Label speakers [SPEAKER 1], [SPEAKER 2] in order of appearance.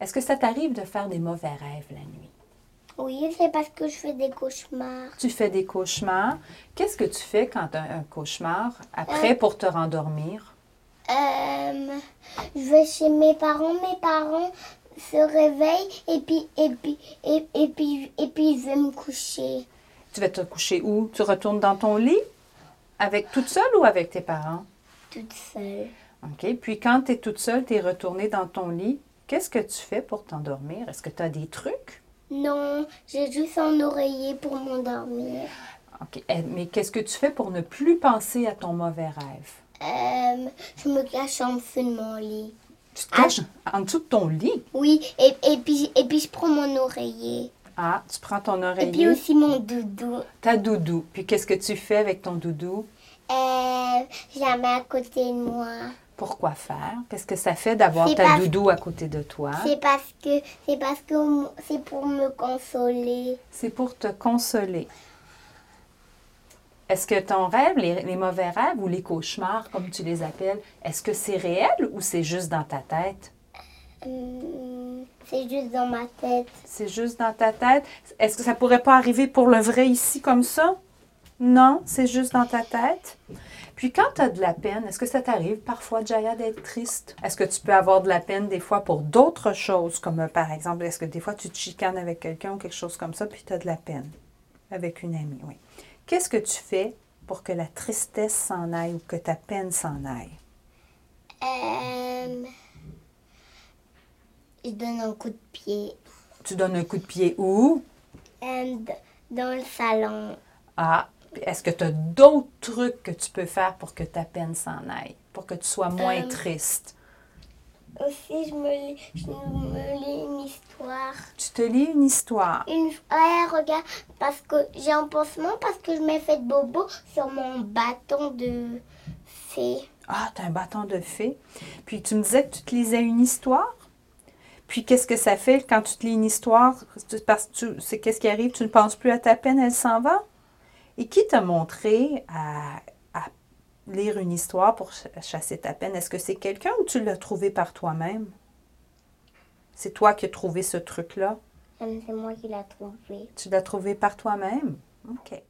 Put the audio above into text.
[SPEAKER 1] Est-ce que ça t'arrive de faire des mauvais rêves la nuit?
[SPEAKER 2] Oui, c'est parce que je fais des cauchemars.
[SPEAKER 1] Tu fais des cauchemars. Qu'est-ce que tu fais quand tu as un cauchemar après pour te rendormir?
[SPEAKER 2] Euh, je vais chez mes parents, mes parents se réveillent et puis et puis et, et puis et puis je vais me coucher
[SPEAKER 1] Tu vas te coucher où? Tu retournes dans ton lit? Avec toute seule ou avec tes parents?
[SPEAKER 2] toute seule.
[SPEAKER 1] OK. Puis quand tu es toute seule, tu es retournée dans ton lit, qu'est-ce que tu fais pour t'endormir? Est-ce que tu as des trucs?
[SPEAKER 2] Non, j'ai juste un oreiller pour m'endormir.
[SPEAKER 1] OK. Eh, Mais qu'est-ce que tu fais pour ne plus penser à ton mauvais rêve?
[SPEAKER 2] Euh, je me cache en dessous de mon lit.
[SPEAKER 1] Tu te
[SPEAKER 2] Ah.
[SPEAKER 1] caches en dessous de ton lit.
[SPEAKER 2] Oui, et, et puis et puis je prends mon oreiller.
[SPEAKER 1] Ah, tu prends ton
[SPEAKER 2] Et puis
[SPEAKER 1] oreiller,
[SPEAKER 2] aussi mon doudou.
[SPEAKER 1] ta doudou. Puis qu'est-ce que tu fais avec ton doudou?
[SPEAKER 2] Euh, je la mets à côté de moi.
[SPEAKER 1] Pourquoi faire? Qu'est-ce que ça fait d'avoir
[SPEAKER 2] C'est
[SPEAKER 1] ta
[SPEAKER 2] parce-
[SPEAKER 1] doudou à côté de toi?
[SPEAKER 2] C'est parce que c'est parce que mo- c'est pour me consoler.
[SPEAKER 1] C'est pour te consoler. Est-ce que ton rêve, les, les mauvais rêves ou les cauchemars, comme tu les appelles, est-ce que c'est réel ou c'est juste dans ta tête?
[SPEAKER 2] Hum, c'est juste dans ma tête.
[SPEAKER 1] C'est juste dans ta tête. Est-ce que ça pourrait pas arriver pour le vrai ici comme ça? Non, c'est juste dans ta tête. Puis quand tu as de la peine, est-ce que ça t'arrive parfois, Jaya, d'être triste? Est-ce que tu peux avoir de la peine des fois pour d'autres choses, comme euh, par exemple, est-ce que des fois tu te chicanes avec quelqu'un ou quelque chose comme ça, puis tu as de la peine avec une amie, oui. Qu'est-ce que tu fais pour que la tristesse s'en aille ou que ta peine s'en aille?
[SPEAKER 2] Euh, je donne un coup de pied
[SPEAKER 1] Tu donnes un coup de pied où?
[SPEAKER 2] Euh, d- dans le salon.
[SPEAKER 1] Ah, est-ce que tu as d'autres trucs que tu peux faire pour que ta peine s'en aille, pour que tu sois moins
[SPEAKER 2] Euh.
[SPEAKER 1] triste?
[SPEAKER 2] Aussi, je me, lis- je me lis une histoire.
[SPEAKER 1] Tu te lis une histoire.
[SPEAKER 2] Une ouais, regarde, parce que j'ai un pansement parce que je m'ai fait de bobo sur mon bâton de fée.
[SPEAKER 1] Ah, tu as un bâton de fée. Puis tu me disais que tu te lisais une histoire. Puis qu'est-ce que ça fait quand tu te lis une histoire? Tu- Parce que tu- c'est qu'est-ce qui arrive? Tu ne penses plus à ta peine, elle s'en va? Et qui t'a montré à, à lire une histoire pour ch- chasser ta peine? Est-ce que c'est quelqu'un ou tu l'as trouvé par toi-même? C'est toi qui as trouvé ce truc-là?
[SPEAKER 2] Hum, Euh, C'est moi qui l'ai trouvé.
[SPEAKER 1] Tu l'as trouvé par toi-même? OK.